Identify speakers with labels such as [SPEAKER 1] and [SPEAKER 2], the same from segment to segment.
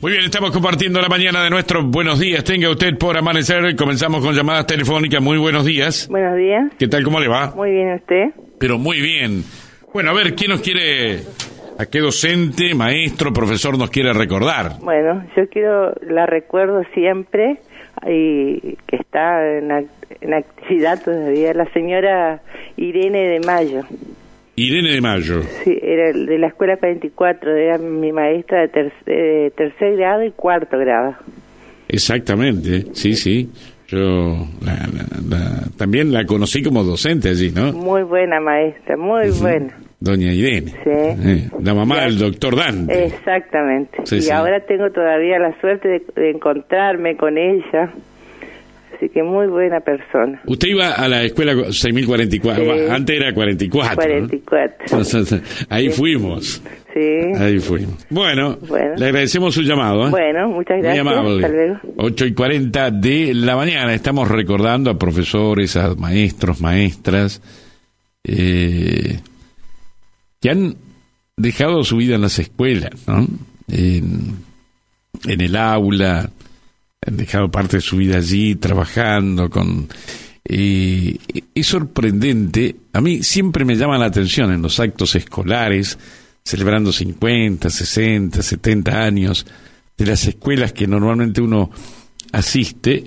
[SPEAKER 1] Muy bien, estamos compartiendo la mañana de nuestros buenos días. Tenga usted por amanecer. Comenzamos con llamadas telefónicas. Muy buenos días.
[SPEAKER 2] Buenos días.
[SPEAKER 1] ¿Qué tal? ¿Cómo le va?
[SPEAKER 2] Muy bien, ¿usted?
[SPEAKER 1] Pero muy bien. Bueno, a ver, ¿quién nos quiere, a qué docente, maestro, profesor nos quiere recordar?
[SPEAKER 2] Bueno, yo quiero, la recuerdo siempre y que está en, act- en actividad todavía, la señora Irene de Mayo.
[SPEAKER 1] Irene de Mayo.
[SPEAKER 2] Sí, era el- de la escuela 44, era mi maestra de, ter- de tercer grado y cuarto grado.
[SPEAKER 1] Exactamente, sí, sí. Yo la- la- la- también la conocí como docente allí, ¿no?
[SPEAKER 2] Muy buena maestra, muy buena.
[SPEAKER 1] Doña Irene.
[SPEAKER 2] Sí.
[SPEAKER 1] Eh, la mamá del doctor Dante.
[SPEAKER 2] Exactamente.
[SPEAKER 1] Sí,
[SPEAKER 2] y
[SPEAKER 1] sí.
[SPEAKER 2] ahora tengo todavía la suerte de, de encontrarme con ella. Así que muy buena persona.
[SPEAKER 1] Usted iba a la escuela 6044,
[SPEAKER 2] Sí.
[SPEAKER 1] va, antes era 44. ¿no?
[SPEAKER 2] 44.
[SPEAKER 1] Ahí fuimos,
[SPEAKER 2] Sí.
[SPEAKER 1] ahí fuimos. Bueno,
[SPEAKER 2] Bueno.
[SPEAKER 1] le agradecemos su llamado. ¿eh?
[SPEAKER 2] Bueno, muchas
[SPEAKER 1] Muy
[SPEAKER 2] gracias.
[SPEAKER 1] amable.
[SPEAKER 2] Hasta luego.
[SPEAKER 1] 8 y 40 de la mañana. Estamos recordando a profesores, a maestros, maestras, eh, que han dejado su vida en las escuelas, ¿no? En, en el aula, han dejado parte de su vida allí, trabajando con... eh, es sorprendente, a mí siempre me llama la atención en los actos escolares, celebrando 50, 60, 70 años de las escuelas que normalmente uno asiste,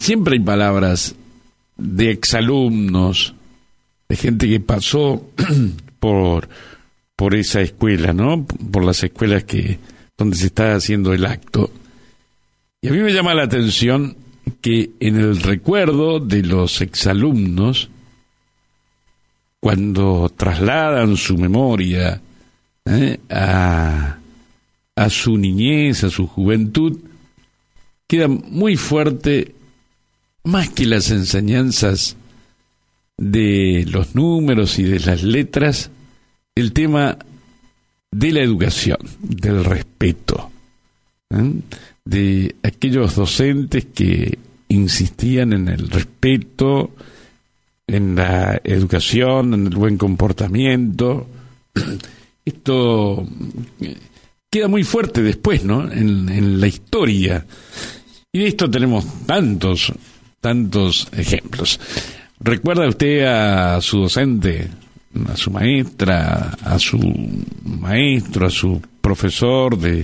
[SPEAKER 1] siempre hay palabras de exalumnos, de gente que pasó por, por esa escuela, ¿no? Por las escuelas que donde se está haciendo el acto. Y a mí me llama la atención que en el recuerdo de los exalumnos, cuando trasladan su memoria ¿eh? a, a su niñez, a su juventud, queda muy fuerte, más que las enseñanzas de los números y de las letras, el tema de la educación, del respeto, ¿eh? de aquellos docentes que insistían en el respeto, en la educación, en el buen comportamiento. Esto eh, queda muy fuerte después, ¿no? En, en la historia. Y de esto tenemos tantos, tantos ejemplos. ¿Recuerda usted a su docente, a su maestra, a su maestro, a su profesor de,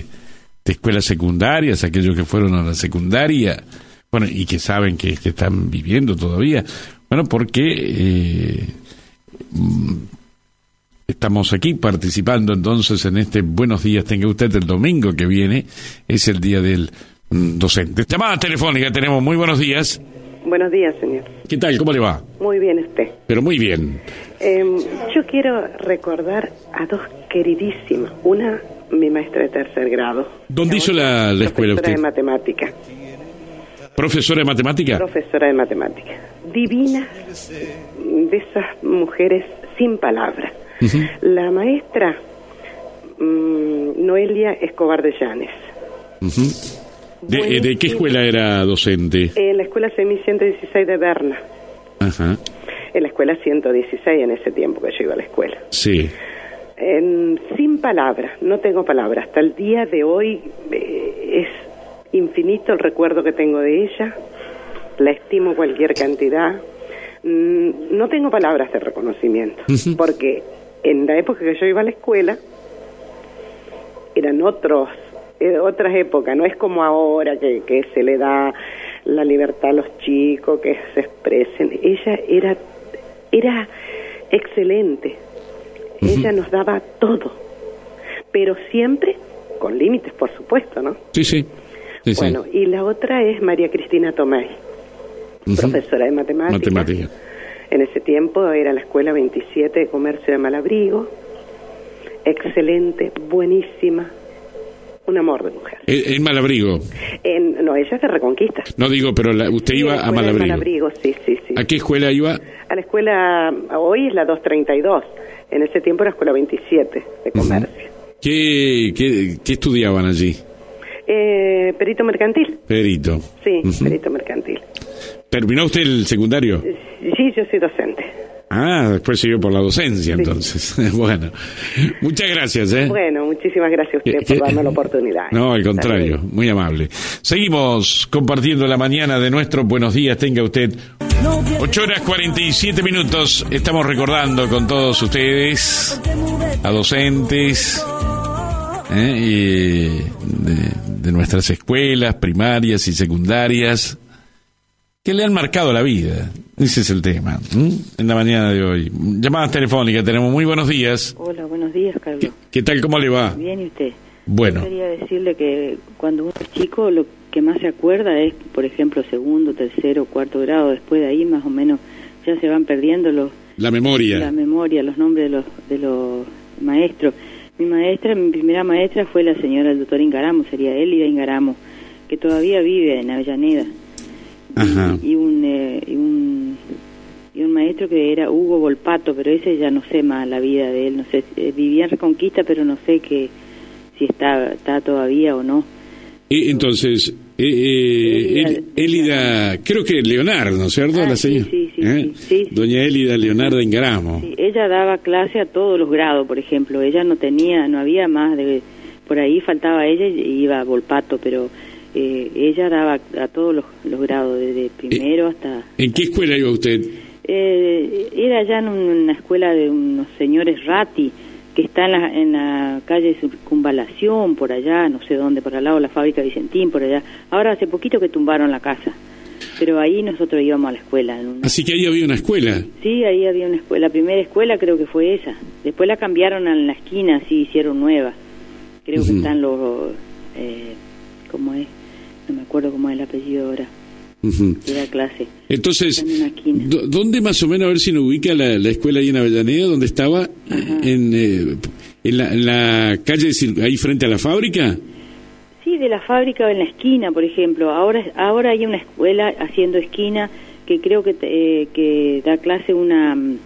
[SPEAKER 1] de escuelas secundarias, aquellos que fueron a la secundaria, bueno, y que saben que, que están viviendo todavía? Bueno, porque... eh, Estamos aquí participando entonces en este Buenos Días Tenga Usted el domingo que viene, es el día del mm, docente. Llamada telefónica tenemos, muy buenos días.
[SPEAKER 3] Buenos días, señor.
[SPEAKER 1] ¿Qué tal? ¿Cómo le va?
[SPEAKER 3] Muy bien usted.
[SPEAKER 1] Pero muy bien.
[SPEAKER 3] Em, yo quiero recordar a dos queridísimas. Una, mi maestra de tercer grado.
[SPEAKER 1] ¿Dónde hizo la- la
[SPEAKER 3] profesora
[SPEAKER 1] escuela usted?
[SPEAKER 3] de matemática.
[SPEAKER 1] ¿Profesora de matemática?
[SPEAKER 3] Profesora de matemática. Divina, de esas mujeres sin palabra. La maestra mm, Noelia Escobar de Llanes.
[SPEAKER 1] Ujú. ¿De, eh, de qué escuela era docente?
[SPEAKER 3] En la escuela semi-116 de Berna.
[SPEAKER 1] Ajá,
[SPEAKER 3] En la escuela 116 en ese tiempo que yo iba a la escuela.
[SPEAKER 1] sí.
[SPEAKER 3] En- sin palabras, no tengo palabras. Hasta el día de hoy eh, es infinito el recuerdo que tengo de ella. La estimo cualquier cantidad. Mm, no tengo palabras de reconocimiento, porque en la época que yo iba a la escuela eran otros, eh, otras épocas. No es como ahora que, que se le da la libertad a los chicos que se expresen. Ella era era excelente. Ella nos daba todo, pero siempre con límites, por supuesto, ¿no?
[SPEAKER 1] Sí, sí. Sí, sí.
[SPEAKER 3] Bueno, y la otra es María Cristina Tomei,
[SPEAKER 1] Ujú.
[SPEAKER 3] profesora de matemáticas.
[SPEAKER 1] Matemática.
[SPEAKER 3] En ese tiempo era la Escuela 27 de Comercio de Malabrigo. Excelente, buenísima, un amor de mujer.
[SPEAKER 1] En, en Malabrigo.
[SPEAKER 3] En, no, ella es de Reconquista.
[SPEAKER 1] No digo, pero la- usted
[SPEAKER 3] Sí,
[SPEAKER 1] iba
[SPEAKER 3] la
[SPEAKER 1] a
[SPEAKER 3] escuela de
[SPEAKER 1] Malabrigo.
[SPEAKER 3] Malabrigo, sí, sí, sí.
[SPEAKER 1] ¿A qué escuela iba?
[SPEAKER 3] A la escuela, hoy es la 232, en ese tiempo era la escuela 27 de Comercio.
[SPEAKER 1] ¿Qué, qué, qué estudiaban allí?
[SPEAKER 3] Eh, perito mercantil.
[SPEAKER 1] Perito.
[SPEAKER 3] Sí,
[SPEAKER 1] Ujú.
[SPEAKER 3] perito mercantil.
[SPEAKER 1] ¿Terminó usted el secundario?
[SPEAKER 3] Sí, yo soy docente.
[SPEAKER 1] Ah, después siguió por la docencia, entonces. bueno, muchas gracias, ¿eh?
[SPEAKER 3] Bueno, muchísimas gracias a usted
[SPEAKER 1] Eh, eh,
[SPEAKER 3] por darme la oportunidad.
[SPEAKER 1] No, al contrario, muy amable. Seguimos compartiendo la mañana de nuestro Buenos Días, tenga usted. 8 horas 47 minutos, estamos recordando con todos ustedes a docentes ¿eh? y de, de nuestras escuelas primarias y secundarias que le han marcado la vida. Ese es el tema. ¿m? En la mañana de hoy. Llamadas telefónicas, tenemos muy buenos días.
[SPEAKER 4] Hola, buenos días,
[SPEAKER 1] ¿Qué,
[SPEAKER 4] Carlos.
[SPEAKER 1] qué tal? ¿Cómo le va?
[SPEAKER 4] Bien, ¿y usted?
[SPEAKER 1] Bueno.
[SPEAKER 4] Yo quería decirle que cuando uno es chico, lo que más se acuerda es, por ejemplo, segundo, tercero, cuarto grado. Después de ahí, más o menos, ya se van perdiendo los,
[SPEAKER 1] La memoria.
[SPEAKER 4] la memoria, los nombres de los, de los maestros. Mi maestra, mi primera maestra fue la señora, el doctor Ingaramo, sería Elida Ingaramo, que todavía vive en Avellaneda.
[SPEAKER 1] Ajá.
[SPEAKER 4] Y un, eh, y un y un maestro que era Hugo Volpato, pero ese ya no sé más la vida de él, no sé, eh, vivía en Reconquista, pero no sé que si está está todavía o no.
[SPEAKER 1] Eh, entonces, eh, eh, El- Elida, creo que Leonardo, ¿no es cierto?
[SPEAKER 4] Ah,
[SPEAKER 1] La
[SPEAKER 4] sí,
[SPEAKER 1] señora.
[SPEAKER 4] sí, sí,
[SPEAKER 1] ¿eh?
[SPEAKER 4] sí, sí, sí.
[SPEAKER 1] Doña Elida Leonardo Engaramo.
[SPEAKER 4] Sí, ella daba clase a todos los grados, por ejemplo. Ella no tenía, no había más de... Por ahí faltaba ella y iba a Volpato, pero eh, ella daba a todos los, los grados, desde primero hasta...
[SPEAKER 1] ¿En qué escuela iba usted?
[SPEAKER 4] Eh, era allá en una escuela de unos señores Rati, que está en la, en la calle Circunvalación, por allá, no sé dónde, por al lado de la fábrica Vicentín, por allá. Ahora hace poquito que tumbaron la casa, pero ahí nosotros íbamos a la escuela, en un-
[SPEAKER 1] Así que ahí había una escuela.
[SPEAKER 4] Sí, ahí había una escuela. La primera escuela creo que fue esa. Después la cambiaron a la esquina, sí, hicieron nueva. Creo que
[SPEAKER 1] Ujú.
[SPEAKER 4] están los... Eh, ¿Cómo es? No me acuerdo cómo es el apellido ahora.
[SPEAKER 1] Ujú.
[SPEAKER 4] De la clase.
[SPEAKER 1] Entonces,
[SPEAKER 4] Están en una esquina.
[SPEAKER 1] ¿dó- ¿dónde más o menos, a ver si nos ubica la, la escuela ahí en Avellaneda, donde estaba? En, eh, en la, en la calle, cir- ahí frente a la fábrica.
[SPEAKER 4] Sí, de la fábrica o en la esquina, por ejemplo. Ahora, ahora hay una escuela haciendo esquina que creo que, te- eh, que da clase una... mm,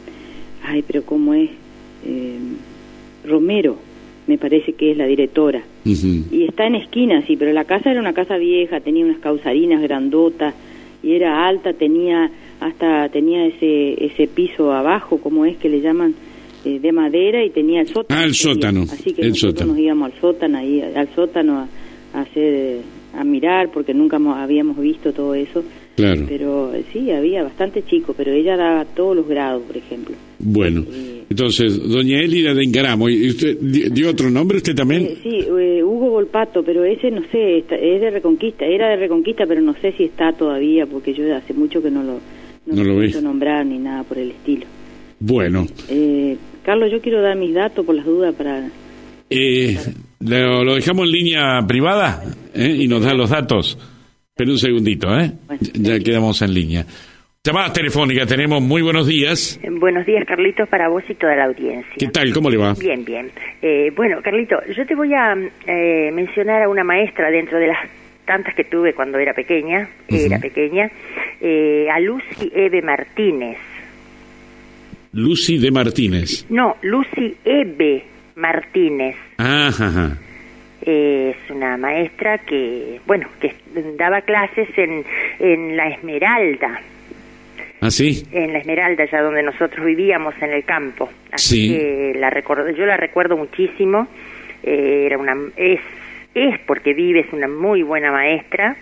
[SPEAKER 4] Ay, pero ¿cómo es? Eh, Romero, me parece que es la directora.
[SPEAKER 1] Ujú.
[SPEAKER 4] Y está en esquina, sí, pero la casa era una casa vieja, tenía unas causarinas grandotas y era alta, tenía hasta tenía ese ese piso abajo, como es que le llaman, eh, de madera y tenía el sótano.
[SPEAKER 1] Ah, el
[SPEAKER 4] sería.
[SPEAKER 1] sótano,
[SPEAKER 4] Así que
[SPEAKER 1] el
[SPEAKER 4] nosotros
[SPEAKER 1] sótano.
[SPEAKER 4] nos íbamos al sótano ahí, al sótano a, a hacer a mirar porque nunca mo- habíamos visto todo eso,
[SPEAKER 1] Claro.
[SPEAKER 4] pero eh, sí, había bastante chico, pero ella daba todos los grados, por ejemplo.
[SPEAKER 1] Bueno. Entonces, doña Elida de Engaramo. ¿Y usted di- dio otro nombre usted
[SPEAKER 4] Eh,
[SPEAKER 1] también?
[SPEAKER 4] Sí, eh, Hugo Volpato, pero ese no sé, está- es de Reconquista, era de Reconquista, pero no sé si está todavía, porque yo hace mucho que no lo
[SPEAKER 1] No lo
[SPEAKER 4] escucho
[SPEAKER 1] ves.
[SPEAKER 4] nombrar ni nada por el estilo.
[SPEAKER 1] Bueno.
[SPEAKER 4] Eh, Carlos, yo quiero dar mis datos por las dudas para...
[SPEAKER 1] Eh, lo, lo dejamos en línea privada ¿eh? y nos da los datos. Pero un segundito, ¿eh? Ya quedamos en línea. Llamadas telefónicas tenemos. Muy buenos días.
[SPEAKER 5] Eh, Buenos días, Carlitos, para vos y toda la audiencia.
[SPEAKER 1] ¿Qué tal? ¿Cómo le va?
[SPEAKER 5] Bien, bien. Eh, bueno, Carlito, yo te voy a eh, mencionar a una maestra dentro de las tantas que tuve cuando era pequeña, era pequeña, eh, a Lucy Eve Martínez.
[SPEAKER 1] Lucy de Martínez.
[SPEAKER 5] No, Lucy Eve Martínez.
[SPEAKER 1] Ajá, ajá.
[SPEAKER 5] Eh, es una maestra que, bueno, que daba clases en, en La Esmeralda,
[SPEAKER 1] ¿Ah, sí?
[SPEAKER 5] en La Esmeralda, allá donde nosotros vivíamos en el campo. Así
[SPEAKER 1] Sí.
[SPEAKER 5] que la recuerdo, yo la recuerdo muchísimo. Eh, era una es es porque vive es una muy buena maestra,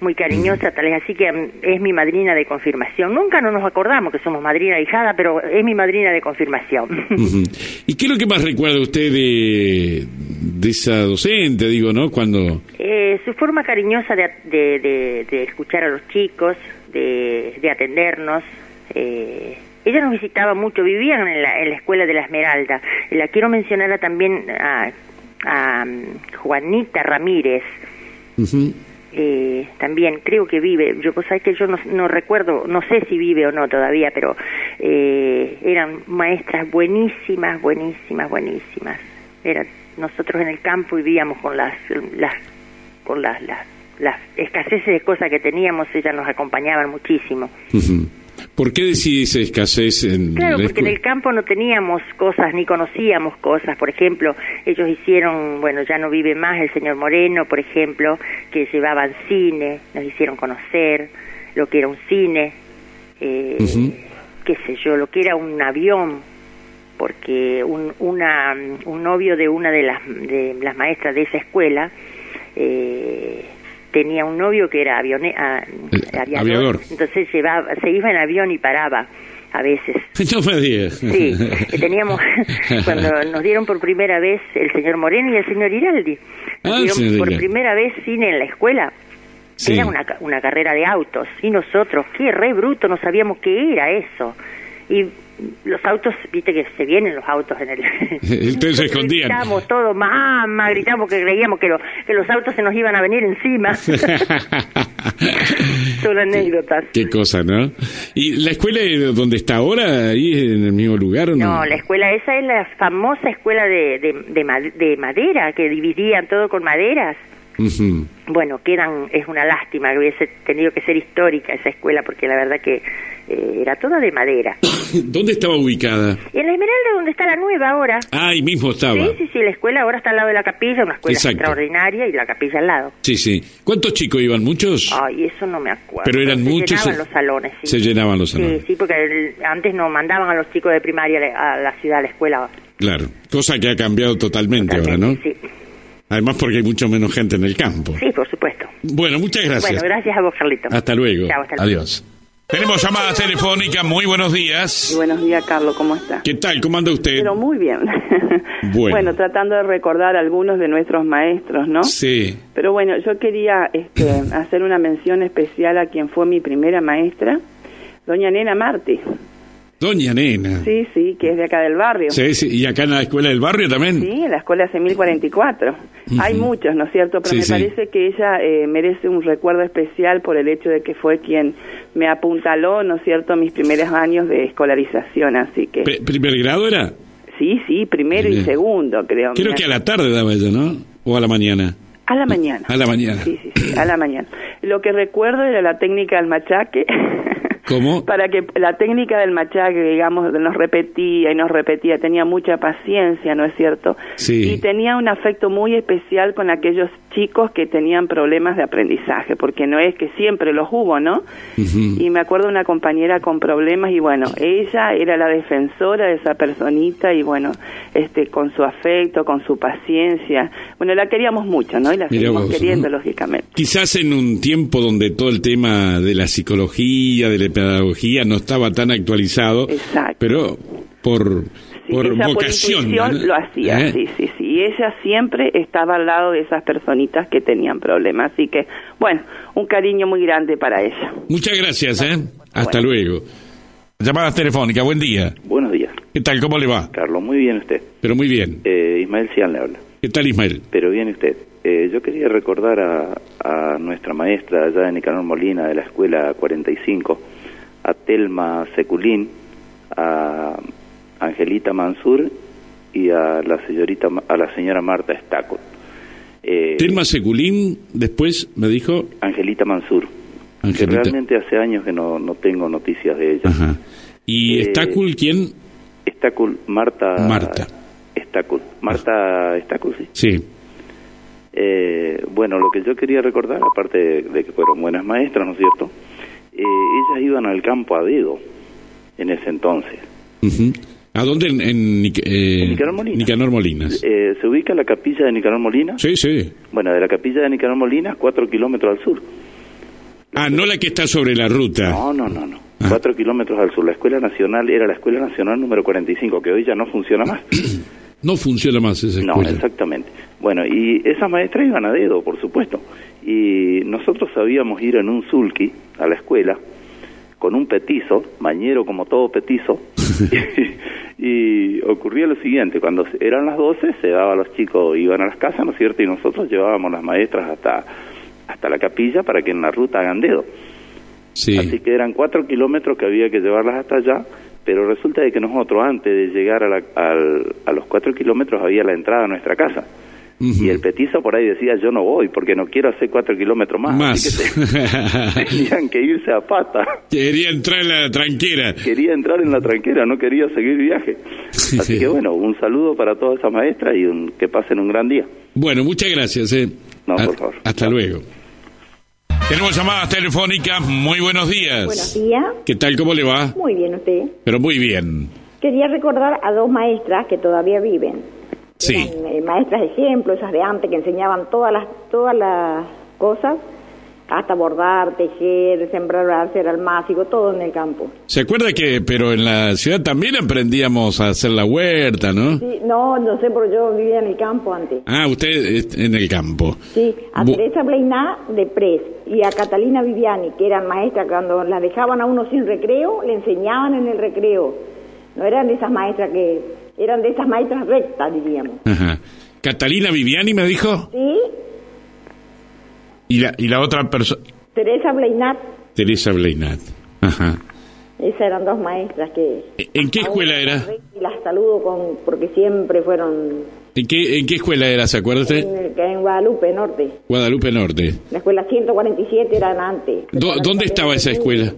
[SPEAKER 5] muy cariñosa tal vez, así que mm, es mi madrina de confirmación. Nunca no nos acordamos que somos madrina e hijada, pero es mi madrina de confirmación.
[SPEAKER 1] Ujú. ¿Y qué es lo que más recuerda usted de, de esa docente, digo, ¿no? Cuando...
[SPEAKER 5] Eh, su forma cariñosa de, de- de- de escuchar a los chicos, de, de atendernos. eh, ella nos visitaba mucho, vivían en la, en la escuela de la Esmeralda. La quiero mencionar a también a, a, mm, Juanita Ramírez.
[SPEAKER 1] Ujú.
[SPEAKER 5] eh, también creo que vive, yo pues sabés que yo no, no recuerdo, no sé si vive o no todavía, pero eh, eran maestras buenísimas, buenísimas, buenísimas. Era, nosotros en el campo vivíamos con las, las con las, las, las escaseces de cosas que teníamos, ellas nos acompañaban muchísimo.
[SPEAKER 1] Ujú. ¿Por qué decís escasez en
[SPEAKER 5] Claro,
[SPEAKER 1] la
[SPEAKER 5] porque en el
[SPEAKER 1] escuela?
[SPEAKER 5] campo no teníamos cosas ni conocíamos cosas. Por ejemplo, ellos hicieron, bueno, ya no vive más el señor Moreno, por ejemplo, que llevaban cine, nos hicieron conocer lo que era un cine. eh,
[SPEAKER 1] Ujú.
[SPEAKER 5] qué sé yo, lo que era un avión, porque un, una, un novio de una de las, de las maestras de esa escuela eh, tenía un novio que era avione, a-
[SPEAKER 1] Eh, aviador.
[SPEAKER 5] entonces llevaba, se iba en avión y paraba a veces.
[SPEAKER 1] No me digas.
[SPEAKER 5] Sí, teníamos, cuando nos dieron por primera vez el señor Moreno y el señor Iraldi, nos
[SPEAKER 1] Ah,
[SPEAKER 5] dieron
[SPEAKER 1] señor
[SPEAKER 5] por
[SPEAKER 1] Iraldi.
[SPEAKER 5] primera vez cine en la escuela,
[SPEAKER 1] Sí.
[SPEAKER 5] era una, ca- una carrera de autos, y nosotros, qué re bruto, no sabíamos qué era eso, y los autos, viste que se vienen los autos en el...
[SPEAKER 1] Ustedes se escondían.
[SPEAKER 5] Gritamos todo, mamá, gritamos que creíamos que, lo- que los autos se nos iban a venir encima. Son anécdotas.
[SPEAKER 1] Qué cosa, ¿no? ¿Y la escuela eh, donde está ahora, ahí en el mismo lugar o no?
[SPEAKER 5] No, la escuela esa es la famosa escuela de, de, de ma- de madera, que dividían todo con maderas.
[SPEAKER 1] Ujú.
[SPEAKER 5] Bueno, quedan, es una lástima que hubiese tenido que ser histórica esa escuela, porque la verdad que eh, era toda de madera.
[SPEAKER 1] ¿Dónde estaba ubicada?
[SPEAKER 5] Y en la Esmeralda, donde está la nueva ahora.
[SPEAKER 1] Ah, ahí mismo estaba.
[SPEAKER 5] Sí, sí, sí, la escuela ahora está al lado de la capilla, una escuela
[SPEAKER 1] Exacto.
[SPEAKER 5] extraordinaria y la capilla al lado.
[SPEAKER 1] Sí, sí. ¿Cuántos chicos iban? ¿Muchos?
[SPEAKER 5] Ay, eso no me acuerdo.
[SPEAKER 1] Pero eran
[SPEAKER 5] se
[SPEAKER 1] muchos.
[SPEAKER 5] Llenaban los salones, sí.
[SPEAKER 1] Se llenaban los
[SPEAKER 5] Sí,
[SPEAKER 1] salones.
[SPEAKER 5] sí, porque el- antes no mandaban a los chicos de primaria a la ciudad, a la escuela.
[SPEAKER 1] Claro. Cosa que ha cambiado totalmente, ahora, ¿no?
[SPEAKER 5] Sí,
[SPEAKER 1] Además porque hay mucho menos gente en el campo.
[SPEAKER 5] sí, por supuesto.
[SPEAKER 1] Bueno, muchas gracias.
[SPEAKER 5] Bueno, gracias a vos, Carlito.
[SPEAKER 1] Hasta luego.
[SPEAKER 5] Chao, hasta luego.
[SPEAKER 1] Adiós. Tenemos llamada telefónica. Muy buenos días.
[SPEAKER 6] Buenos días, Carlos, ¿cómo está?
[SPEAKER 1] ¿Qué tal? ¿Cómo anda usted?
[SPEAKER 6] Pero muy bien.
[SPEAKER 1] Bueno.
[SPEAKER 6] tratando de recordar algunos de nuestros maestros, ¿no?
[SPEAKER 1] Sí.
[SPEAKER 6] Pero bueno, yo quería este, hacer una mención especial a quien fue mi primera maestra, doña Nena Martí.
[SPEAKER 1] Doña Nena.
[SPEAKER 6] Sí, sí, que es de acá del barrio.
[SPEAKER 1] Sí, sí. ¿Y acá en la escuela del barrio también?
[SPEAKER 6] Sí, en la escuela hace 1044. Hay muchos, ¿no es cierto? Pero
[SPEAKER 1] Sí,
[SPEAKER 6] me
[SPEAKER 1] sí.
[SPEAKER 6] parece que ella eh, merece un recuerdo especial por el hecho de que fue quien me apuntaló, ¿no es cierto?, mis primeros años de escolarización. Así que
[SPEAKER 1] Pe- Eh, ¿Primer grado era?
[SPEAKER 6] sí, sí, primero
[SPEAKER 1] Bien.
[SPEAKER 6] y segundo, creo.
[SPEAKER 1] Creo
[SPEAKER 6] Mira.
[SPEAKER 1] que a la tarde daba ella, ¿no? ¿O a la mañana?
[SPEAKER 6] A la mañana.
[SPEAKER 1] A la mañana.
[SPEAKER 6] Sí, sí, sí, a la mañana. Lo que recuerdo era la técnica del machaque.
[SPEAKER 1] ¿Cómo?
[SPEAKER 6] Para que la técnica del machaque, digamos, nos repetía y nos repetía, tenía mucha paciencia, ¿no es cierto?
[SPEAKER 1] Sí.
[SPEAKER 6] Y tenía un afecto muy especial con aquellos chicos que tenían problemas de aprendizaje, porque no es que siempre los hubo, ¿no?
[SPEAKER 1] Ujú.
[SPEAKER 6] Y me acuerdo una compañera con problemas y bueno, ella era la defensora de esa personita y bueno, este con su afecto, con su paciencia. Bueno, la queríamos mucho, ¿no? Y la
[SPEAKER 1] Mirá
[SPEAKER 6] seguimos
[SPEAKER 1] vos,
[SPEAKER 6] queriendo,
[SPEAKER 1] ¿no?
[SPEAKER 6] lógicamente.
[SPEAKER 1] Quizás en un tiempo donde todo el tema de la psicología, de la pedagogía, no estaba tan actualizado,
[SPEAKER 6] Exacto.
[SPEAKER 1] pero por,
[SPEAKER 6] Sí,
[SPEAKER 1] por
[SPEAKER 6] ella
[SPEAKER 1] vocación.
[SPEAKER 6] intuición
[SPEAKER 1] ¿no?
[SPEAKER 6] lo hacía,
[SPEAKER 1] ¿Eh?
[SPEAKER 6] sí, sí, sí. Y ella siempre estaba al lado de esas personitas que tenían problemas. Así que, bueno, un cariño muy grande para ella.
[SPEAKER 1] Muchas gracias, ¿eh? Hasta luego. Llamadas telefónicas, buen día.
[SPEAKER 7] Buenos días,
[SPEAKER 1] ¿Qué tal? ¿Cómo le va?
[SPEAKER 7] Carlos. Muy bien usted.
[SPEAKER 1] Pero muy bien.
[SPEAKER 7] Eh, Ismael Cian le habla.
[SPEAKER 1] ¿Qué tal, Ismael?
[SPEAKER 7] Pero bien usted. Eh, yo quería recordar a, a nuestra maestra allá de Nicanor Molina de la Escuela 45, a Telma Seculín, a Angelita Mansur y a la señorita Ma- a la señora Marta Estacot. Eh,
[SPEAKER 1] Telma Seculín, después me dijo.
[SPEAKER 7] Angelita Mansur. Que
[SPEAKER 1] Angelita.
[SPEAKER 7] realmente hace años que no, no tengo noticias de ella.
[SPEAKER 1] Ajá. ¿Y
[SPEAKER 7] Eh,
[SPEAKER 1] Estacul quién?
[SPEAKER 7] Estacul, Marta.
[SPEAKER 1] Marta.
[SPEAKER 7] Estacul. Marta Estacul, sí.
[SPEAKER 1] Sí.
[SPEAKER 7] Eh, bueno, lo que yo quería recordar, aparte de, de que fueron buenas maestras, ¿no es cierto? Eh, ellas iban al campo a dedo en ese entonces.
[SPEAKER 1] Ujú. ¿A dónde? En, en Nic- eh,
[SPEAKER 7] En Nicanor Molina.
[SPEAKER 1] Nicanor Molinas.
[SPEAKER 7] Eh, ¿Se ubica la capilla de Nicanor Molina?
[SPEAKER 1] Sí, sí.
[SPEAKER 7] Bueno, de la capilla de Nicanor Molina, cuatro kilómetros al sur.
[SPEAKER 1] Ah, no la que está sobre la ruta.
[SPEAKER 7] No, no, no, no.
[SPEAKER 1] Ah.
[SPEAKER 7] Cuatro kilómetros al sur. La Escuela Nacional era la Escuela Nacional número 45, que hoy ya no funciona más.
[SPEAKER 1] No funciona más esa
[SPEAKER 7] No,
[SPEAKER 1] escuela.
[SPEAKER 7] exactamente. Bueno, y esas maestras iban a dedo, por supuesto. Y nosotros sabíamos ir en un sulky a la escuela con un petizo, mañero como todo petizo. y ocurría lo siguiente, cuando eran las 12 se daba a los chicos, iban a las casas, ¿no es cierto? Y nosotros llevábamos las maestras hasta hasta la capilla para que en la ruta hagan dedo.
[SPEAKER 1] Sí.
[SPEAKER 7] Así que eran cuatro kilómetros que había que llevarlas hasta allá, pero resulta de que nosotros antes de llegar a, la- al- a los cuatro kilómetros había la entrada a nuestra casa.
[SPEAKER 1] Ujú.
[SPEAKER 7] Y el petizo por ahí decía, yo no voy porque no quiero hacer cuatro kilómetros más. Ah, Así
[SPEAKER 1] Más.
[SPEAKER 7] que te- tenían que irse a pata.
[SPEAKER 1] Quería entrar en la tranquera.
[SPEAKER 7] Quería entrar en la tranquera, no quería seguir viaje. Así que bueno, un saludo para todas esas maestras y un- que pasen un gran día.
[SPEAKER 1] Bueno, muchas gracias. eh.
[SPEAKER 7] No,
[SPEAKER 1] Ha-
[SPEAKER 7] por favor.
[SPEAKER 1] Hasta luego. Tenemos llamadas telefónicas. Muy buenos días.
[SPEAKER 8] Buenos días.
[SPEAKER 1] ¿Qué tal? ¿Cómo le va?
[SPEAKER 8] Muy bien usted.
[SPEAKER 1] Pero muy bien.
[SPEAKER 8] Quería recordar a dos maestras que todavía viven.
[SPEAKER 1] Sí.
[SPEAKER 8] Eran, eh, maestras ejemplo, esas de antes que enseñaban todas las todas las cosas, hasta bordar, tejer, sembrar, hacer almácigo, todo en el campo.
[SPEAKER 1] ¿Se acuerda que, pero en la ciudad también aprendíamos a hacer la huerta, no?
[SPEAKER 8] Sí, no, no sé, porque yo vivía en el campo antes.
[SPEAKER 1] Ah, usted es- en el campo.
[SPEAKER 8] Sí, a
[SPEAKER 1] Bu-
[SPEAKER 8] Teresa Bleiná de Pres y a Catalina Viviani, que eran maestras, cuando las dejaban a uno sin recreo, le enseñaban en el recreo. No eran de esas maestras que, eran de esas maestras rectas, diríamos.
[SPEAKER 1] Ajá. Catalina Viviani me dijo.
[SPEAKER 8] Sí,
[SPEAKER 1] Y la, y la otra persona.
[SPEAKER 8] Teresa Bleiná,
[SPEAKER 1] Teresa Bleinat. Ajá.
[SPEAKER 8] esas eran dos maestras que...
[SPEAKER 1] ¿E- ¿En qué escuela era?
[SPEAKER 8] Y las saludo con, porque siempre fueron
[SPEAKER 1] ¿En qué, en qué escuela era? ¿Se acuerda usted?
[SPEAKER 8] en, el- en Guadalupe Norte.
[SPEAKER 1] Guadalupe Norte.
[SPEAKER 8] La escuela 147 eran antes.
[SPEAKER 1] Do- ¿Dónde estaba esa escuela?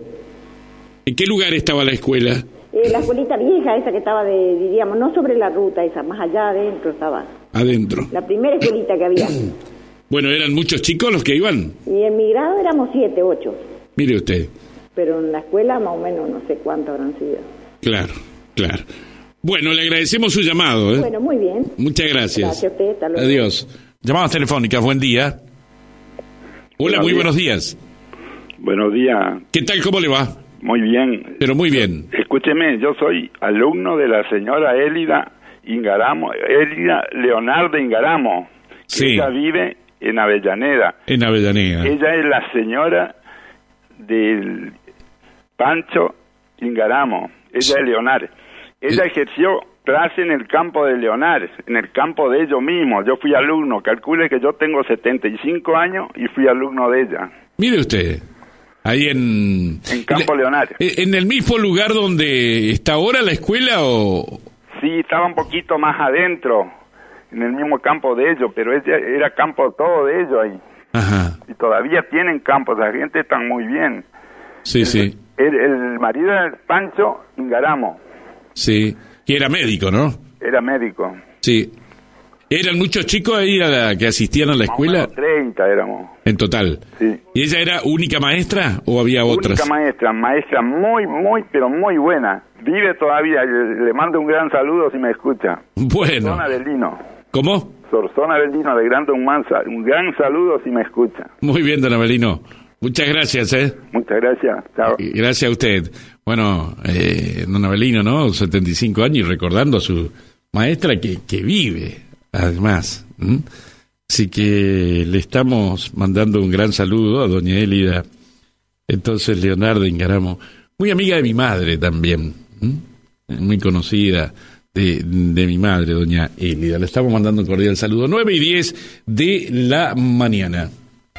[SPEAKER 1] ¿En qué lugar estaba la escuela?
[SPEAKER 8] Eh, la escuelita vieja, esa que estaba de, diríamos, no sobre la ruta esa, más allá adentro estaba.
[SPEAKER 1] Adentro.
[SPEAKER 8] La primera escuelita que había.
[SPEAKER 1] Bueno, eran muchos chicos los que iban.
[SPEAKER 8] Y en mi grado éramos siete, ocho.
[SPEAKER 1] Mire usted.
[SPEAKER 8] Pero en la escuela más o menos no sé cuánto habrán sido.
[SPEAKER 1] Claro, claro. Bueno, le agradecemos su llamado. ¿eh?
[SPEAKER 8] Bueno, muy bien.
[SPEAKER 1] Muchas gracias.
[SPEAKER 8] Gracias a usted, hasta luego.
[SPEAKER 1] Adiós. Llamadas telefónicas, buen día. Hola, muy buenos días.
[SPEAKER 9] Buenos días,
[SPEAKER 1] ¿Qué tal? ¿Cómo le va?
[SPEAKER 9] muy bien.
[SPEAKER 1] Pero muy bien.
[SPEAKER 9] Escúcheme, yo soy alumno de la señora Elida Ingaramo, Elida Leonardo Ingaramo, que
[SPEAKER 1] Sí.
[SPEAKER 9] ella vive en Avellaneda.
[SPEAKER 1] En Avellaneda.
[SPEAKER 9] Ella es la señora del Pancho Ingaramo, ella es Leonar. Ella
[SPEAKER 1] Eh.
[SPEAKER 9] ejerció clase en el campo de Leonar, en el campo de ellos mismos. Yo fui alumno, calcule que yo tengo 75 años y fui alumno de ella.
[SPEAKER 1] Mire usted. Ahí en.
[SPEAKER 9] En Campo Leonar.
[SPEAKER 1] eh, ¿En el mismo lugar donde está ahora la escuela o.?
[SPEAKER 9] Sí, estaba un poquito más adentro, en el mismo campo de ellos, pero ella era campo todo de ellos ahí.
[SPEAKER 1] Ajá.
[SPEAKER 9] Y todavía tienen campos, la gente está muy bien.
[SPEAKER 1] Sí, sí.
[SPEAKER 9] El, el marido del Pancho Ingaramo
[SPEAKER 1] Sí. Que era médico, ¿no?
[SPEAKER 9] era médico.
[SPEAKER 1] Sí. ¿Eran muchos chicos ahí a la- que asistían a la escuela?
[SPEAKER 9] 30 éramos.
[SPEAKER 1] En total.
[SPEAKER 9] Sí.
[SPEAKER 1] ¿Y ella era única maestra o había otras?
[SPEAKER 9] Única maestra, maestra muy, muy, pero muy buena. Vive todavía. Le le mando un gran saludo si me escucha.
[SPEAKER 1] Bueno.
[SPEAKER 9] Sorzona Avelino.
[SPEAKER 1] ¿Cómo?
[SPEAKER 9] Sorzona Avelino de Gran Don Mansa. Un gran saludo si me escucha.
[SPEAKER 1] Muy bien, don Abelino. Muchas gracias, ¿eh?
[SPEAKER 9] Muchas gracias. Chao.
[SPEAKER 1] Y Gracias a usted. Bueno, eh, don Abelino, ¿no? 75 años y recordando a su maestra que, que vive, además. ¿m? Así que le estamos mandando un gran saludo a doña Elida. Entonces, Leonardo Ingaramo, muy amiga de mi madre también, ¿m? muy conocida de, de mi madre, doña Elida. Le estamos mandando un cordial saludo. 9 y 10 de la mañana.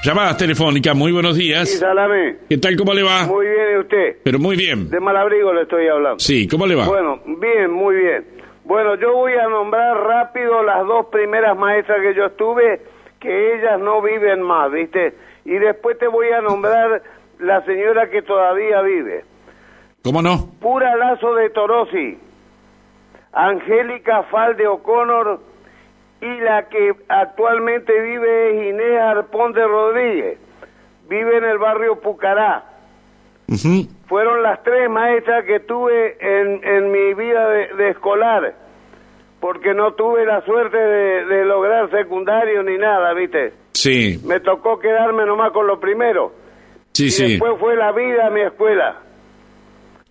[SPEAKER 1] Llamadas telefónicas, muy buenos
[SPEAKER 10] Sí,
[SPEAKER 1] días.
[SPEAKER 10] Salame.
[SPEAKER 1] ¿Qué tal? ¿Cómo le va?
[SPEAKER 10] Muy bien, ¿y usted?
[SPEAKER 1] Pero muy bien.
[SPEAKER 10] De Malabrigo le estoy hablando.
[SPEAKER 1] Sí, ¿cómo le va?
[SPEAKER 10] Bueno, bien, muy bien. Bueno, yo voy a nombrar rápido las dos primeras maestras que yo estuve, que ellas no viven más, ¿viste? Y después te voy a nombrar la señora que todavía vive.
[SPEAKER 1] ¿Cómo no?
[SPEAKER 10] Pura Lazo de Torosi, Angélica Falde O'Connor y la que actualmente vive es Inés Arpón de Rodríguez. Vive en el barrio Pucará.
[SPEAKER 1] Ujú.
[SPEAKER 10] Fueron las tres maestras que tuve en, en mi vida de, de escolar, porque no tuve la suerte de, de lograr secundario ni nada, ¿viste?
[SPEAKER 1] Sí,
[SPEAKER 10] Me tocó quedarme nomás con lo primero.
[SPEAKER 1] sí,
[SPEAKER 10] y
[SPEAKER 1] sí,
[SPEAKER 10] después fue la vida a mi escuela.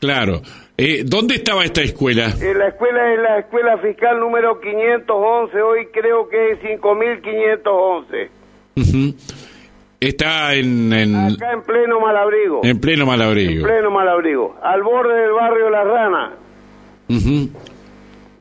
[SPEAKER 1] claro. Eh, ¿Dónde estaba esta escuela?
[SPEAKER 10] Eh, la escuela es la escuela fiscal número 511, hoy creo que es 5511.
[SPEAKER 1] Ujú. Está en, en,
[SPEAKER 10] Acá en pleno Malabrigo.
[SPEAKER 1] en pleno
[SPEAKER 10] En
[SPEAKER 1] Malabrigo.
[SPEAKER 10] pleno Malabrigo. Al borde del barrio La Rana.
[SPEAKER 1] Ujú.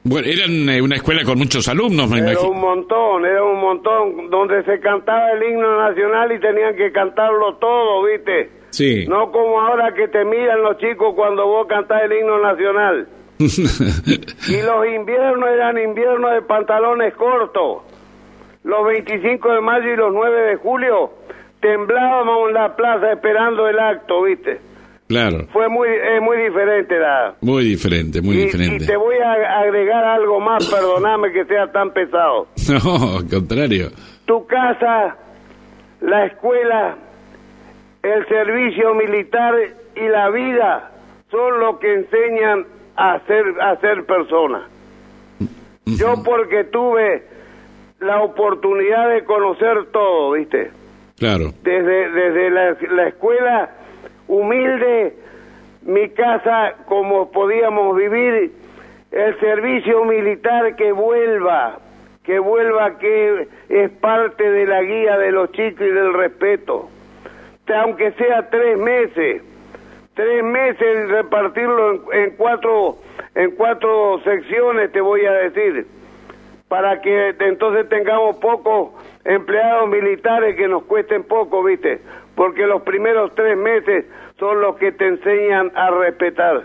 [SPEAKER 1] Bueno, eran eh, una escuela con muchos alumnos, me
[SPEAKER 10] Era
[SPEAKER 1] imagino.
[SPEAKER 10] un montón, era un montón, donde se cantaba el himno nacional y tenían que cantarlo todo, ¿viste?
[SPEAKER 1] Sí.
[SPEAKER 10] No como ahora que te miran los chicos cuando vos cantás el himno nacional. Y los inviernos eran inviernos de pantalones cortos. Los 25 de mayo y los 9 de julio temblábamos en la plaza esperando el acto, ¿viste?
[SPEAKER 1] claro,
[SPEAKER 10] Fue muy, es muy diferente la...
[SPEAKER 1] muy diferente, muy
[SPEAKER 10] y, y
[SPEAKER 1] diferente.
[SPEAKER 10] te voy a agregar algo más, perdoname que sea tan pesado.
[SPEAKER 1] No, al contrario.
[SPEAKER 10] tu casa, la escuela el servicio militar y la vida son lo que enseñan a ser, a ser persona. Yo porque tuve la oportunidad de conocer todo, ¿viste?
[SPEAKER 1] Claro.
[SPEAKER 10] Desde, desde la, la escuela humilde, mi casa, como podíamos vivir, el servicio militar que vuelva, que vuelva que es parte de la guía de los chicos y del respeto. Aunque sea tres meses, tres meses repartirlo en, en cuatro en cuatro secciones te voy a decir para que entonces tengamos pocos empleados militares que nos cuesten poco, ¿viste? Porque los primeros tres meses son los que te enseñan a respetar.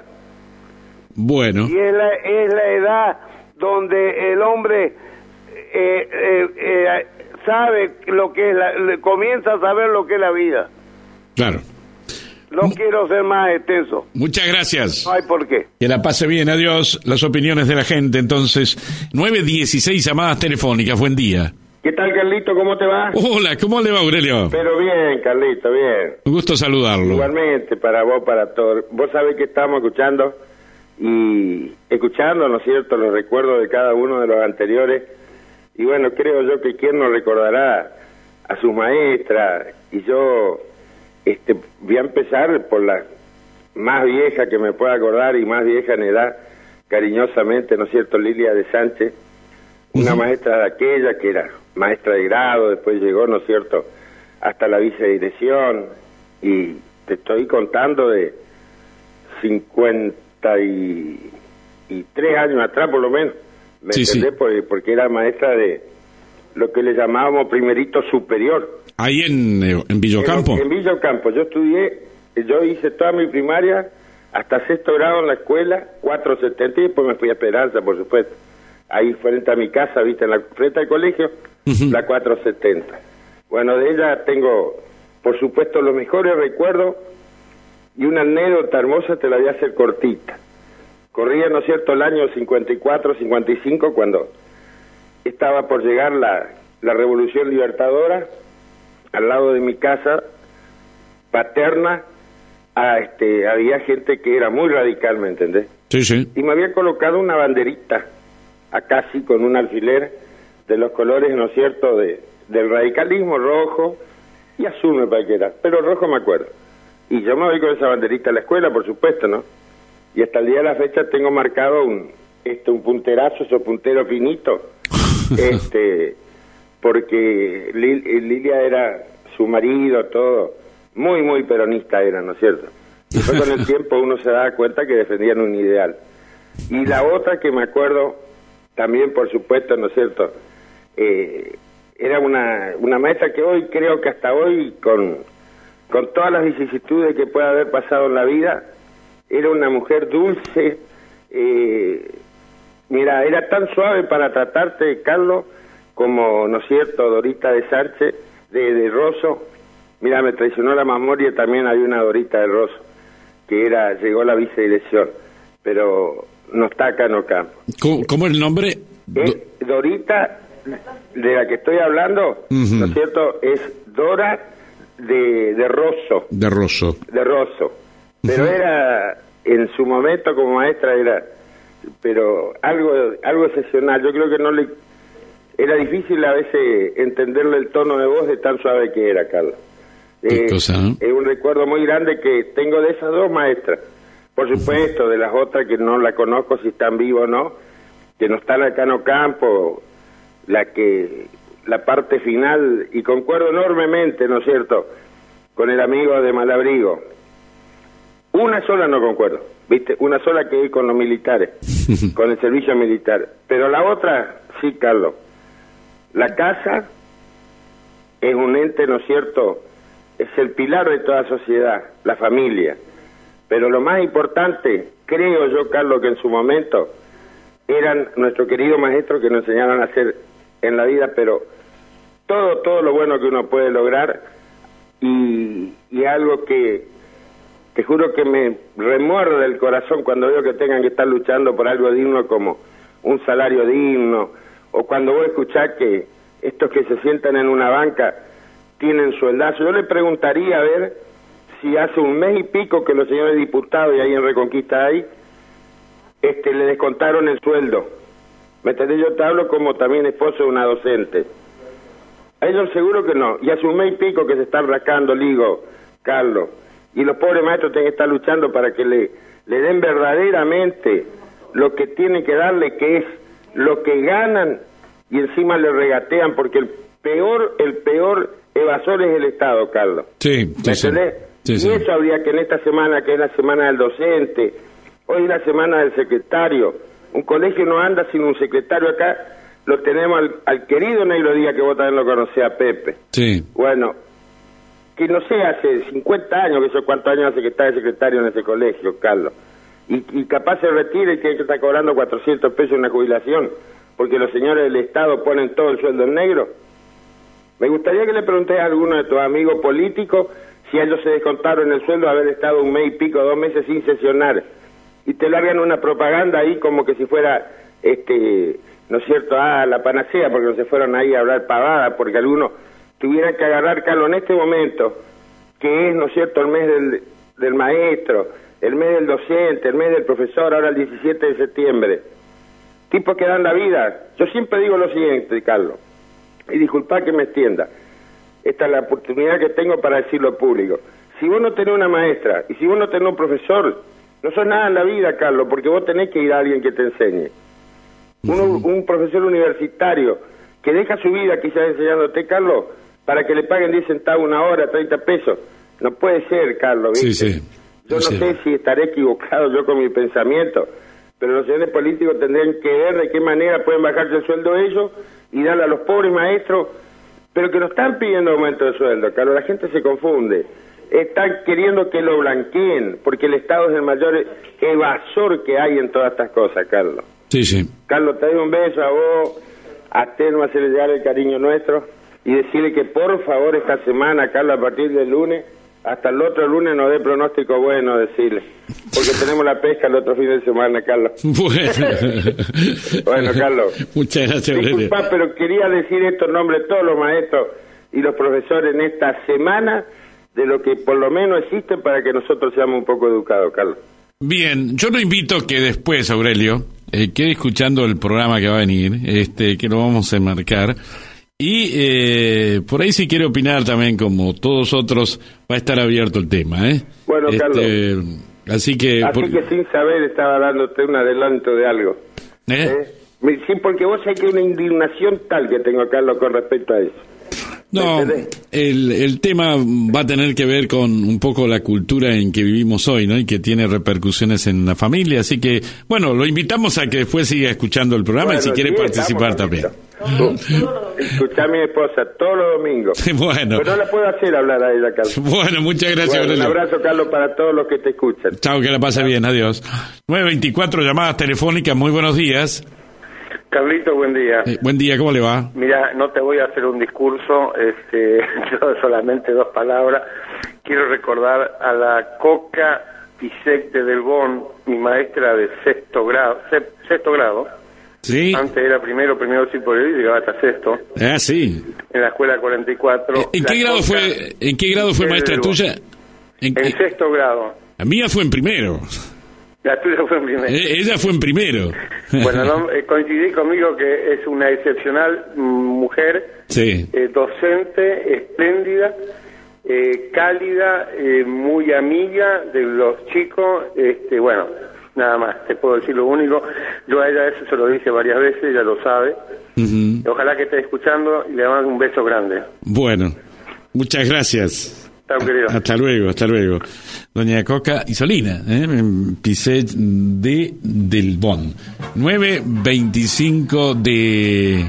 [SPEAKER 1] Bueno,
[SPEAKER 10] Y es la, es la edad donde el hombre eh, eh, eh, sabe lo que es, la- le- comienza a saber lo que es la vida.
[SPEAKER 1] claro.
[SPEAKER 10] No quiero ser más extenso.
[SPEAKER 1] Muchas gracias.
[SPEAKER 10] No hay por qué.
[SPEAKER 1] Que la pase bien, adiós. Las opiniones de la gente, entonces. 916 llamadas telefónicas, buen día.
[SPEAKER 11] ¿Qué tal, Carlito? ¿Cómo te va?
[SPEAKER 1] Hola, ¿cómo le va, Aurelio?
[SPEAKER 11] Pero bien, Carlito, bien.
[SPEAKER 1] Un gusto saludarlo.
[SPEAKER 11] Igualmente, para vos, para todos. Vos sabés que estamos escuchando y escuchando, ¿no es cierto?, los recuerdos de cada uno de los anteriores. Y bueno, creo yo que quien nos recordará a su maestra. Y yo este, voy a empezar por la más vieja que me pueda acordar y más vieja en edad, cariñosamente, ¿no es cierto?, Lilia de Sánchez. Una maestra de aquella que era maestra de grado, después llegó, ¿no es cierto?, hasta la vicedirección, y te estoy contando de 53 años atrás por lo menos, ¿me
[SPEAKER 1] Sí, sí.
[SPEAKER 11] entendés? Porque, porque era maestra de lo que le llamábamos primerito superior.
[SPEAKER 1] Ahí en, eh, en Villocampo.
[SPEAKER 11] En, en Villa Ocampo. Em, yo estudié, yo hice toda mi primaria hasta sexto grado en la escuela, 470, y después me fui a Esperanza, por supuesto. Ahí frente a mi casa, viste, en la frente al colegio, la 470. Bueno, de ella tengo, por supuesto, los mejores recuerdos y una anécdota hermosa te la voy a hacer cortita. Corría, ¿no es cierto?, el año 54, 55, cuando estaba por llegar la, la Revolución Libertadora al lado de mi casa paterna a, este, había gente que era muy radical, ¿me entendés?
[SPEAKER 1] Sí, sí.
[SPEAKER 11] Y me había colocado una banderita, acá sí con un alfiler de los colores, ¿no es cierto?, de, del radicalismo rojo y azul me parece que era, pero rojo me acuerdo. Y yo me voy con esa banderita a la escuela, por supuesto, ¿no? Y hasta el día de la fecha tengo marcado un, este, un punterazo, esos punteros finitos, este, porque Lil- eh, Lilia era su marido, todo, muy, muy peronista era, ¿no es cierto? Y fue con el tiempo uno se da cuenta que defendían un ideal. Y la otra que me acuerdo, también por supuesto, ¿no es cierto? Eh, era una, una maestra que hoy creo que hasta hoy, con, con todas las vicisitudes que pueda haber pasado en la vida, era una mujer dulce, eh, Mira, era tan suave para tratarte, Carlos, como, ¿no es cierto?, Dorita de Sánchez, de, de Rosso. Mira, me traicionó la memoria, también hay una Dorita de Rosso, que era, llegó a la vicedirección, pero no está acá en Ocampo.
[SPEAKER 1] ¿Cómo, cómo el nombre?
[SPEAKER 11] Es Dorita, de la que estoy hablando,
[SPEAKER 1] Ujú.
[SPEAKER 11] ¿no es cierto?, es Dora de, de Rosso
[SPEAKER 1] De Rosso.
[SPEAKER 11] de Rosso. Pero era, en su momento como maestra era, pero algo, algo excepcional. Yo creo que no le, era difícil a veces entenderle el tono de voz de tan suave que era, Carlos.
[SPEAKER 1] Qué
[SPEAKER 11] Eh,
[SPEAKER 1] cosa, ¿no?
[SPEAKER 11] Es un recuerdo muy grande que tengo de esas dos maestras. Por supuesto, de las otras que no la conozco si están vivas o no, que no están acá en Ocampo, la que la parte final y concuerdo enormemente, ¿no es cierto? Con el amigo de Malabrigo. Una sola no concuerdo, ¿viste? Una sola que es con los militares, con el servicio militar. Pero la otra, sí, Carlos. La casa es un ente, ¿no es cierto? Es el pilar de toda sociedad, la familia. Pero lo más importante, creo yo, Carlos, que en su momento eran nuestros queridos maestros que nos enseñaron a hacer en la vida, pero todo, todo lo bueno que uno puede lograr
[SPEAKER 12] Mm,
[SPEAKER 11] y, y algo que te juro que me remuerde el corazón cuando veo que tengan que estar luchando por algo digno como un salario digno o cuando voy a escuchar que estos que se sientan en una banca tienen sueldazo. Yo le preguntaría a ver si hace un mes y pico que los señores diputados y ahí en Reconquista hay, este, le descontaron el sueldo. ¿Me entendés? Yo te hablo como también esposo de una docente. A ellos seguro que no. Y hace un mes y pico que se están rascando, le digo, Carlos. Y los pobres maestros tienen que estar luchando para que le, le den verdaderamente lo que tienen que darle, que es lo que ganan y encima le regatean, porque el peor, el peor evasor es el Estado, Carlos.
[SPEAKER 1] Sí,
[SPEAKER 11] ¿Me
[SPEAKER 1] sí, sí.
[SPEAKER 11] entendés?
[SPEAKER 1] Sí,
[SPEAKER 11] y
[SPEAKER 1] sí.
[SPEAKER 11] eso habría que en esta semana, que es la semana del docente, hoy es la semana del secretario. Un colegio no anda sin un secretario acá. Lo tenemos al, al querido Negro Díaz, que vos también lo conocés, a Pepe.
[SPEAKER 1] Sí.
[SPEAKER 11] Bueno, que no sé, hace 50 años, que yo cuántos años hace que está de secretario en ese colegio, Carlos. Y, y capaz se retire y que está cobrando 400 pesos en una jubilación, porque los señores del Estado ponen todo el sueldo en negro. Me gustaría que le preguntes a alguno de tus amigos políticos si ellos se descontaron el sueldo de haber estado un mes y pico, dos meses sin sesionar. Y te largan una propaganda ahí como que si fuera, este, ¿no es cierto?, ah, la panacea, porque no se fueron ahí a hablar pavada, porque algunos tuvieran que agarrar, Carlos, en este momento, que es, ¿no es cierto?, el mes del, del maestro, el mes del docente, el mes del profesor, ahora el 17 de septiembre. Tipos que dan la vida. Yo siempre digo lo siguiente, Carlos, y disculpa que me extienda. Esta es la oportunidad que tengo para decirlo público. Si vos no tenés una maestra y si vos no tenés un profesor, no sos nada en la vida, Carlos, porque vos tenés que ir a alguien que te enseñe. Uno- un profesor universitario que deja su vida quizás enseñándote, Carlos, para que le paguen 10 centavos una hora, 30 pesos. No puede ser, Carlos.
[SPEAKER 1] Sí,
[SPEAKER 11] ¿viste?
[SPEAKER 1] sí.
[SPEAKER 11] Yo no
[SPEAKER 1] Sí.
[SPEAKER 11] sé si estaré equivocado yo con mi pensamiento, pero los señores políticos tendrían que ver de qué manera pueden bajarse el sueldo ellos y darle a los pobres maestros, pero que no están pidiendo aumento de sueldo, Carlos. La gente se confunde. Están queriendo que lo blanqueen, porque el Estado es el mayor evasor que hay en todas estas cosas, Carlos.
[SPEAKER 1] Sí, sí.
[SPEAKER 11] Carlos, te doy un beso a vos, a Telma, hacerle llegar el cariño nuestro y decirle que por favor esta semana, Carlos, a partir del lunes, hasta el otro lunes nos dé pronóstico bueno, decirle. Porque tenemos la pesca el otro fin de semana, Carlos.
[SPEAKER 1] Bueno.
[SPEAKER 11] Bueno, Carlos.
[SPEAKER 1] Muchas gracias, Aurelio.
[SPEAKER 11] Disculpa, pero quería decir esto en nombre de todos los maestros y los profesores en esta semana de lo que por lo menos existe para que nosotros seamos un poco educados, Carlos.
[SPEAKER 1] Bien, yo lo invito que después, Aurelio, eh, quede escuchando el programa que va a venir, este, que lo vamos a enmarcar. Y eh, por ahí si quiere opinar también, como todos otros, va a estar abierto el tema, ¿eh?
[SPEAKER 11] Bueno,
[SPEAKER 1] Este,
[SPEAKER 11] Carlos.
[SPEAKER 1] Así que...
[SPEAKER 11] Así
[SPEAKER 1] Eh, por-
[SPEAKER 11] que sin saber estaba dándote un adelanto de algo.
[SPEAKER 1] ¿eh?
[SPEAKER 11] ¿Eh? Me- Sí, porque vos sabés que hay una indignación tal que tengo, Carlos, con respecto a eso.
[SPEAKER 1] No,
[SPEAKER 12] Este
[SPEAKER 1] el, el tema va a tener que ver con un poco la cultura en que vivimos hoy, ¿no? Y que tiene repercusiones en la familia. Así que, bueno, lo invitamos a que después siga escuchando el programa y si
[SPEAKER 11] Bueno,
[SPEAKER 1] quiere
[SPEAKER 11] sí,
[SPEAKER 1] participar también.
[SPEAKER 11] Escuchá a mi esposa todos los domingos.
[SPEAKER 1] Bueno.
[SPEAKER 11] Pero no la puedo hacer hablar a ella, Carlos.
[SPEAKER 1] Bueno, muchas gracias,
[SPEAKER 11] Bueno, un
[SPEAKER 1] Aurelio.
[SPEAKER 11] abrazo, Carlos, para todos los que te escuchan.
[SPEAKER 1] Chao, que la pase bien, adiós. 924 llamadas telefónicas, muy buenos días.
[SPEAKER 12] Carlito, buen día.
[SPEAKER 1] Eh, buen día, ¿cómo le va?
[SPEAKER 12] Mira, no te voy a hacer un discurso, este, yo solamente dos palabras. Quiero recordar a la Coca Pisecte del Bon, mi maestra de sexto grado, se- sexto grado.
[SPEAKER 1] Sí.
[SPEAKER 12] Antes era primero, primero sí por él, llegaba hasta sexto,
[SPEAKER 1] Ah, sí. Eh,
[SPEAKER 12] en la escuela 44.
[SPEAKER 1] ¿En
[SPEAKER 12] La
[SPEAKER 1] qué grado
[SPEAKER 12] Coca
[SPEAKER 1] fue, en qué grado fue
[SPEAKER 12] Pisecte
[SPEAKER 1] maestra
[SPEAKER 12] del Bon.
[SPEAKER 1] tuya?
[SPEAKER 12] En, sexto grado.
[SPEAKER 1] La mía fue en primero.
[SPEAKER 12] La tuya fue en primero.
[SPEAKER 1] Eh, ella fue en primero.
[SPEAKER 12] Bueno, no, eh, coincidí conmigo que es una excepcional mm, mujer.
[SPEAKER 1] Sí.
[SPEAKER 12] Eh, docente, espléndida, eh, cálida, eh, muy amiga de los chicos. Este, bueno, nada más, te puedo decir lo único. Yo a ella eso se lo dije varias veces, ella lo sabe.
[SPEAKER 1] Ujú.
[SPEAKER 12] Ojalá que esté escuchando y le mando un beso grande.
[SPEAKER 1] Bueno, muchas gracias.
[SPEAKER 12] Chao, querido.
[SPEAKER 1] Hasta luego, hasta luego. Doña Coca y Solina, ¿eh? En Piset de Del Bon. 9.25 de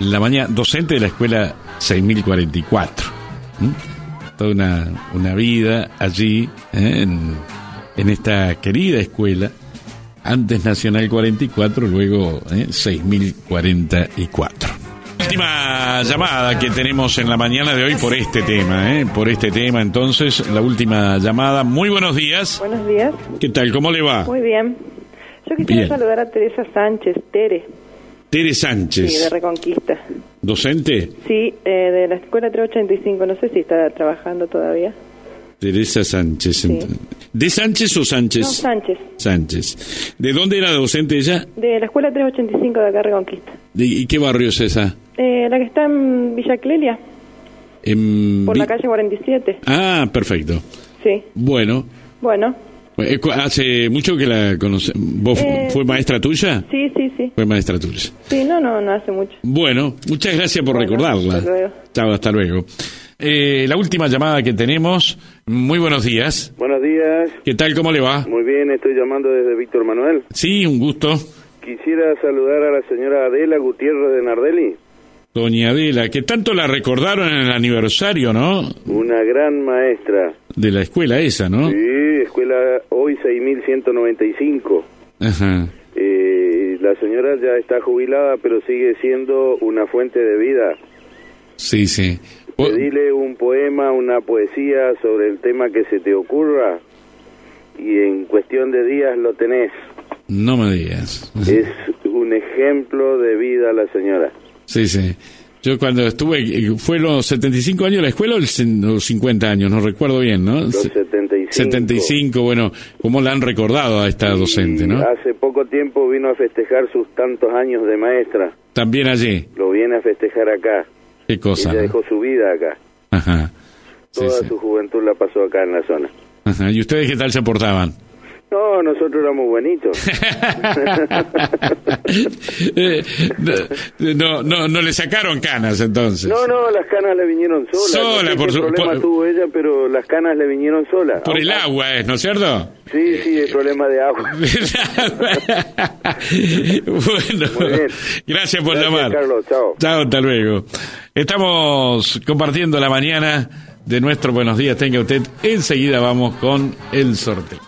[SPEAKER 1] la mañana, docente de la escuela 6044. ¿m? Toda una, una vida allí, ¿eh? en, en esta querida escuela. Antes Nacional 44, luego ¿eh? 6044. Última llamada que tenemos en la mañana de hoy por este tema, ¿eh? por este tema. Entonces, la última llamada. Muy buenos días.
[SPEAKER 13] Buenos días.
[SPEAKER 1] ¿Qué tal? ¿Cómo le va?
[SPEAKER 13] Muy bien. Yo quisiera
[SPEAKER 1] Ah. Bien.
[SPEAKER 13] saludar a Teresa Sánchez, Tere,
[SPEAKER 1] Tere
[SPEAKER 13] sí, de
[SPEAKER 1] Sánchez,
[SPEAKER 13] Reconquista.
[SPEAKER 1] docente.
[SPEAKER 13] Sí, eh, de la Escuela 385, no sé si está trabajando todavía.
[SPEAKER 1] Teresa Sánchez. entonces. ¿De Sánchez o Sánchez?
[SPEAKER 13] No, Sánchez,
[SPEAKER 1] Sánchez. ¿De dónde era docente ella?
[SPEAKER 13] de la escuela 385 de acá Reconquista.
[SPEAKER 1] ¿De- ¿Y qué barrio es esa?
[SPEAKER 13] Eh, la que está en Villa Clelia,
[SPEAKER 1] En
[SPEAKER 13] por la
[SPEAKER 1] Vi-
[SPEAKER 13] calle 47.
[SPEAKER 1] Ah, perfecto.
[SPEAKER 13] Sí,
[SPEAKER 1] Bueno,
[SPEAKER 13] bueno.
[SPEAKER 1] eh, cu- ¿hace mucho que la conoce? ¿Vos fu-
[SPEAKER 13] Eh,
[SPEAKER 1] fue maestra tuya?
[SPEAKER 13] Sí, sí, sí.
[SPEAKER 1] Fue maestra tuya.
[SPEAKER 13] Sí, no, no, no hace mucho.
[SPEAKER 1] Bueno, muchas gracias por
[SPEAKER 13] Hasta
[SPEAKER 1] recordarla.
[SPEAKER 13] luego.
[SPEAKER 1] Chao, hasta luego. Eh, la última llamada que tenemos. Muy buenos días.
[SPEAKER 14] Buenos días.
[SPEAKER 1] ¿Qué tal? ¿Cómo le va?
[SPEAKER 14] Muy bien, estoy llamando desde Víctor Manuel.
[SPEAKER 1] Sí, un gusto.
[SPEAKER 14] Quisiera saludar a la señora Adela Gutiérrez de Nardelli,
[SPEAKER 1] Doña Adela, que tanto la recordaron en el aniversario, ¿no?
[SPEAKER 14] una gran maestra.
[SPEAKER 1] De la escuela esa, ¿no?
[SPEAKER 14] Sí, escuela hoy 6195.
[SPEAKER 1] Ajá.
[SPEAKER 14] Eh, la señora ya está jubilada, pero sigue siendo una fuente de vida.
[SPEAKER 1] Sí, sí.
[SPEAKER 14] Pedile un poema, una poesía sobre el tema que se te ocurra y en cuestión de días lo tenés.
[SPEAKER 1] No me digas.
[SPEAKER 14] Es un ejemplo de vida la señora.
[SPEAKER 1] Sí, sí. Yo cuando estuve, eh, fue los 75 años de la escuela o el cin- los 50 años, no recuerdo bien, ¿no?
[SPEAKER 14] Los 75.
[SPEAKER 1] 75, bueno, ¿cómo la han recordado a esta docente, no?
[SPEAKER 14] Hace poco tiempo vino a festejar sus tantos años de maestra.
[SPEAKER 1] También allí,
[SPEAKER 14] Lo viene a festejar acá.
[SPEAKER 1] qué cosa.
[SPEAKER 14] Ella
[SPEAKER 1] ¿no?
[SPEAKER 14] dejó su vida acá.
[SPEAKER 1] Ajá,
[SPEAKER 14] Toda su juventud la pasó acá en la zona.
[SPEAKER 1] ajá. ¿Y ustedes qué tal se portaban?
[SPEAKER 14] No, nosotros éramos buenitos.
[SPEAKER 1] Eh, no, no, no le sacaron canas entonces.
[SPEAKER 14] No, no, las canas le vinieron solas.
[SPEAKER 1] Sola,
[SPEAKER 14] no sé
[SPEAKER 1] por
[SPEAKER 14] qué
[SPEAKER 1] su-
[SPEAKER 14] problema
[SPEAKER 1] por-
[SPEAKER 14] tuvo ella, pero las canas le vinieron solas.
[SPEAKER 1] Por el agua es, ¿no es cierto?
[SPEAKER 14] Sí, sí, el problema de agua.
[SPEAKER 1] Bueno, gracias por llamar.
[SPEAKER 14] Carlos, chao.
[SPEAKER 1] Chao, hasta luego. Estamos compartiendo la mañana de nuestro Buenos Días. Tenga usted. Enseguida vamos con el sorteo.